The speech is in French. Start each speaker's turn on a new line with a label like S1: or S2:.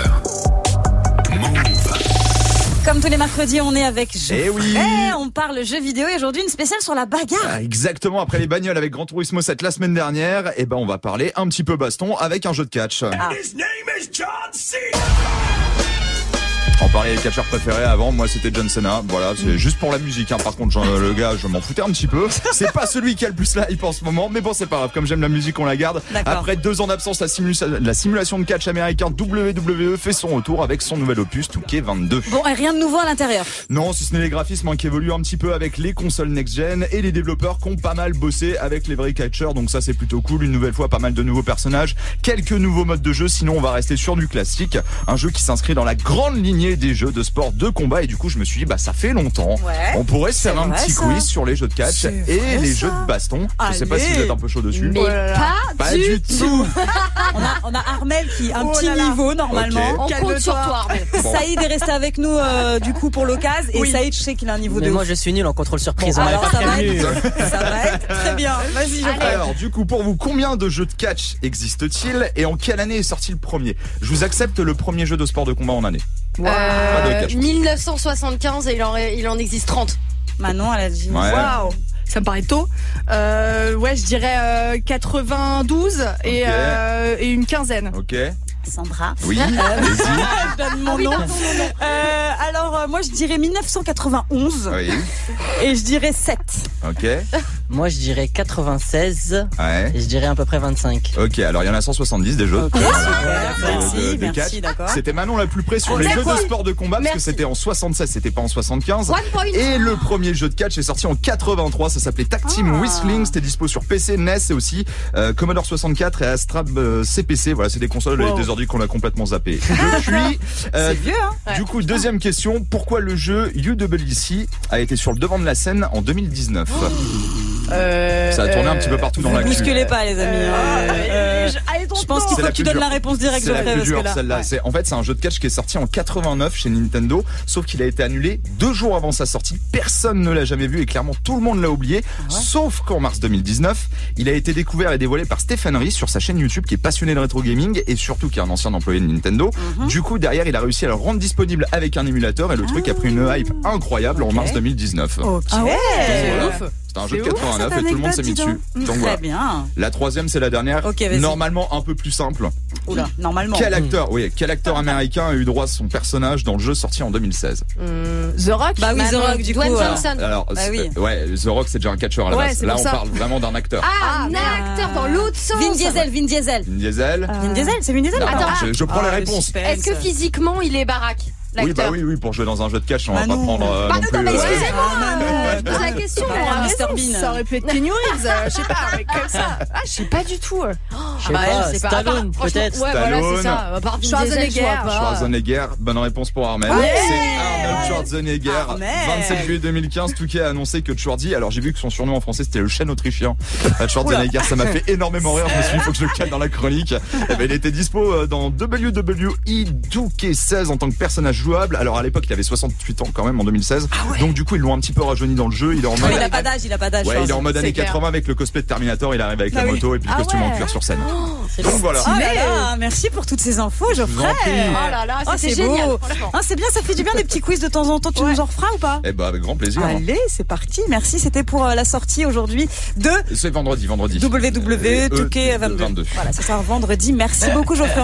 S1: 13h. Move.
S2: Comme tous les mercredis, on est avec Geoffrey.
S3: Eh oui.
S2: On parle jeux vidéo et aujourd'hui une spéciale sur la bagarre.
S3: Ah, Exactement, après les bagnoles avec Grand Turismo 7 la semaine dernière, eh ben on va parler un petit peu baston avec un jeu de catch.
S2: Ah.
S4: His name is John Cena.
S3: On parlait des catcheurs préférés avant, moi c'était John Cena, voilà,
S2: Mm.
S3: c'est juste pour la musique, hein. par contre Jean- le gars je m'en foutais un petit peu. C'est pas celui qui a le plus la hype en ce moment, mais bon c'est pas grave, comme j'aime la musique on la garde.
S2: D'accord.
S3: Après deux ans d'absence, la, simula- la simulation de catch américain WWE fait son retour avec son nouvel opus 2K22.
S2: Bon, et rien de nouveau à l'intérieur.
S3: Non, si ce n'est les graphismes hein, qui évoluent un petit peu avec les consoles next-gen et les développeurs qui ont pas mal bossé avec les vrais catchers, donc ça c'est plutôt cool. Une nouvelle fois, pas mal de nouveaux personnages, quelques nouveaux modes de jeu, sinon on va rester sur du classique. Un jeu qui s'inscrit dans la grande lignée des jeux de sport de combat et du coup je me suis dit, bah ça fait longtemps.
S2: Ouais.
S3: on pourrait se faire un
S2: vrai,
S3: petit
S2: ça.
S3: quiz sur les jeux de catch
S2: C'est
S3: et
S2: vrai,
S3: les
S2: ça.
S3: jeux de baston. Je sais pas
S2: Allez.
S3: si vous êtes un peu chaud dessus.
S5: Oh
S6: Mais pas,
S3: Pas
S6: du,
S3: du tout.
S2: On a, on a Armel qui a un
S6: Oh
S2: petit
S6: là là.
S2: niveau
S5: oh,
S2: normalement.
S6: On compte sur toi, Armel.
S3: Bon.
S2: Saïd est resté avec nous euh, du coup pour l'occasion et
S7: Oui.
S2: Saïd je sais qu'il a un niveau
S7: Mais
S2: de
S7: moi
S2: ouf.
S7: je suis nul en contrôle surprise, on
S2: Alors
S7: m'avait pas
S2: ça va,
S7: prévenu.
S2: être, ça va être très bien. Vas-y. Geoffrey.
S3: Alors, du coup, pour vous, combien de jeux de catch existent-ils et en quelle année est sorti le premier Je vous accepte le premier jeu de sport de combat en année. Pas de
S6: Euh,
S3: catch.
S6: 1975 et il en, il en existe 30.
S2: Manon elle a dit.
S3: Ouais.
S5: Waouh Ça me paraît tôt. Euh, ouais, je dirais euh, 92 et,
S3: Ok.
S5: euh, et une quinzaine.
S3: Ok.
S2: Sandra.
S3: Oui. Allez-y.
S2: Ah, Je donne mon nom. Euh, alors euh, moi je dirais 1991
S3: Oui.
S2: et je dirais 7.
S3: Ok. Ouais.
S7: Moi je dirais 96 et je dirais à peu près 25.
S3: Ok. Alors, il y en a 170 des jeux.
S2: Merci,
S3: des
S2: merci,
S3: catch.
S2: d'accord.
S3: C'était Manon la plus près sur les jeux de sport de combat parce que
S6: Merci.
S3: c'était en 76, c'était pas en 75.
S6: One point.
S3: Et le premier jeu de catch est sorti en 83, ça s'appelait Tag Team
S2: Ah.
S3: Wrestling, c'était dispo sur PC, NES E et aussi euh, Commodore 64 et Astra euh, CPC. Voilà, c'est des consoles
S5: Wow.
S3: des ordi qu'on a complètement zappé. Depuis, euh,
S2: Vieux hein.
S3: du coup, deuxième question, pourquoi le jeu UWC a été sur le devant de la scène en 2019
S5: Euh,
S3: Ça a tourné un
S5: euh,
S3: petit peu partout dans
S2: Oh. Vous
S3: l'actu.
S2: bousculez pas les amis. hein.
S5: euh,
S2: Euh,
S5: je- allez,
S2: Je pense qu'il
S3: C'est
S2: faut
S3: la
S2: que tu
S3: plus
S2: donnes
S3: dure.
S2: la réponse directe,
S3: C'est la
S2: Geoffrey,
S3: plus
S2: parce que
S3: dure
S2: là.
S3: celle-là.
S2: ouais.
S3: C'est- En fait, c'est un jeu de catch qui est sorti en 89 chez Nintendo, sauf qu'il a été annulé deux jours avant sa sortie. Personne ne l'a jamais vu et clairement tout le monde l'a oublié,
S2: Ah
S3: sauf qu'en mars 2019, il a été découvert et dévoilé par Stephen Ry sur sa chaîne YouTube qui est passionné de rétro gaming et surtout qui est un ancien employé de Nintendo.
S2: Mhm.
S3: Du coup, derrière, il a réussi à le rendre disponible avec un émulateur et le truc a pris une hype incroyable en mars 2019.
S2: Ah ouais
S3: Voilà.
S5: ouf.
S3: C'est un jeu de
S5: C'est ouf,
S3: 89 et
S2: cette
S3: tout le monde
S2: anecdote,
S3: s'est
S2: dis
S3: mis dessus.
S2: donc.
S3: Donc
S2: Très
S3: voilà.
S2: bien.
S3: La troisième, c'est la dernière.
S2: Ok, vas-y.
S3: Normalement un peu plus simple.
S2: Oula, normalement.
S3: Quel acteur, oui, quel acteur américain a eu droit à son personnage dans le jeu sorti en 2016
S6: Hmm.
S5: Euh, The Rock
S2: Bah oui, The
S6: Manon,
S2: Rock, du
S6: Dwayne
S2: coup. euh,
S6: Johnson.
S3: Alors,
S2: Bah
S3: c'est-
S2: oui.
S3: euh, ouais, The Rock c'est déjà un catcheur à la
S2: Ouais,
S3: base.
S2: c'est
S3: Là,
S2: pour
S3: on
S2: ça.
S3: parle vraiment d'un acteur.
S6: Ah, un
S2: merde.
S6: acteur dans l'autre sens.
S2: Vin Diesel, Vin Diesel.
S3: Vin Diesel.
S2: Vin Diesel, c'est Vin Diesel
S3: Non,
S6: attends.
S3: je, je prends
S2: Euh, Ah,
S3: les
S2: le
S3: réponses.
S2: suspense.
S6: Est-ce que physiquement il est baraque
S3: Oui, bah
S6: l'acteur
S3: oui, oui, pour jouer dans un jeu de catch, on va
S2: Manon.
S3: pas prendre. euh, non
S6: Pardon,
S3: plus,
S6: mais
S3: euh,
S6: excusez-moi,
S2: Ah,
S6: je pose la question.
S2: Bah,
S6: moi.
S2: Mr.
S5: Mr.
S2: Bean.
S5: Bean. Ça aurait pu être Keanu Reeves, euh, je sais pas, un mec comme ça. Ah, je sais pas du tout. euh.
S7: Je sais
S6: Bah,
S7: pas,
S6: je sais pas. Ah, bah,
S7: Stallone
S6: franchement,
S7: peut-être.
S6: Ouais, voilà,
S3: Stallone.
S6: c'est ça. À part Vin
S5: Schwarzenegger.
S6: Diesel, je vois pas.
S3: Schwarzenegger, bonne réponse pour Armel. c'est Arnold Schwarzenegger.
S2: Armel.
S3: 27 juillet 2015, Touquet a annoncé que Schwarzy, alors j'ai vu que son surnom en français c'était le chêne autrichien. Euh, Schwarzenegger, ça m'a fait énormément rire. Je me suis dit, faut que je le cale dans la chronique. Eh ben, il était dispo euh, dans WWE 2K16 en tant que personnage jouable. Alors à l'époque, il avait 68 ans quand même en 2016. Donc du coup, ils l'ont un petit peu rajeuni dans le jeu. Il est en mode.
S2: Mais il a pas d'âge, il a pas d'âge.
S3: Ouais, il est en mode
S5: C'est
S3: années
S5: clair.
S3: 80 avec le cosplay de Terminator, il arrive avec
S2: Ah
S3: la
S2: oui.
S3: moto et puis le
S6: Ah
S3: costume en
S6: ouais.
S3: cuir sur scène. Donc voilà.
S2: Oh là là, merci pour toutes ces infos,
S3: Je vous en
S2: Geoffrey.
S3: prie.
S6: Oh là là,
S5: Ah,
S2: Oh,
S6: c'était
S2: c'est
S6: génial.
S2: beau.
S6: franchement.
S2: Hein, c'est bien, ça fait du bien des petits quiz de temps en temps. Tu nous en referas ou pas
S3: Eh ben avec grand plaisir.
S2: Allez, c'est parti. Merci. C'était pour euh, la sortie aujourd'hui de
S3: C'est vendredi, vendredi.
S2: WWE
S3: Euh,
S2: 2K22.
S3: 22.
S2: Voilà, ça sort vendredi. Merci beaucoup, Geoffrey.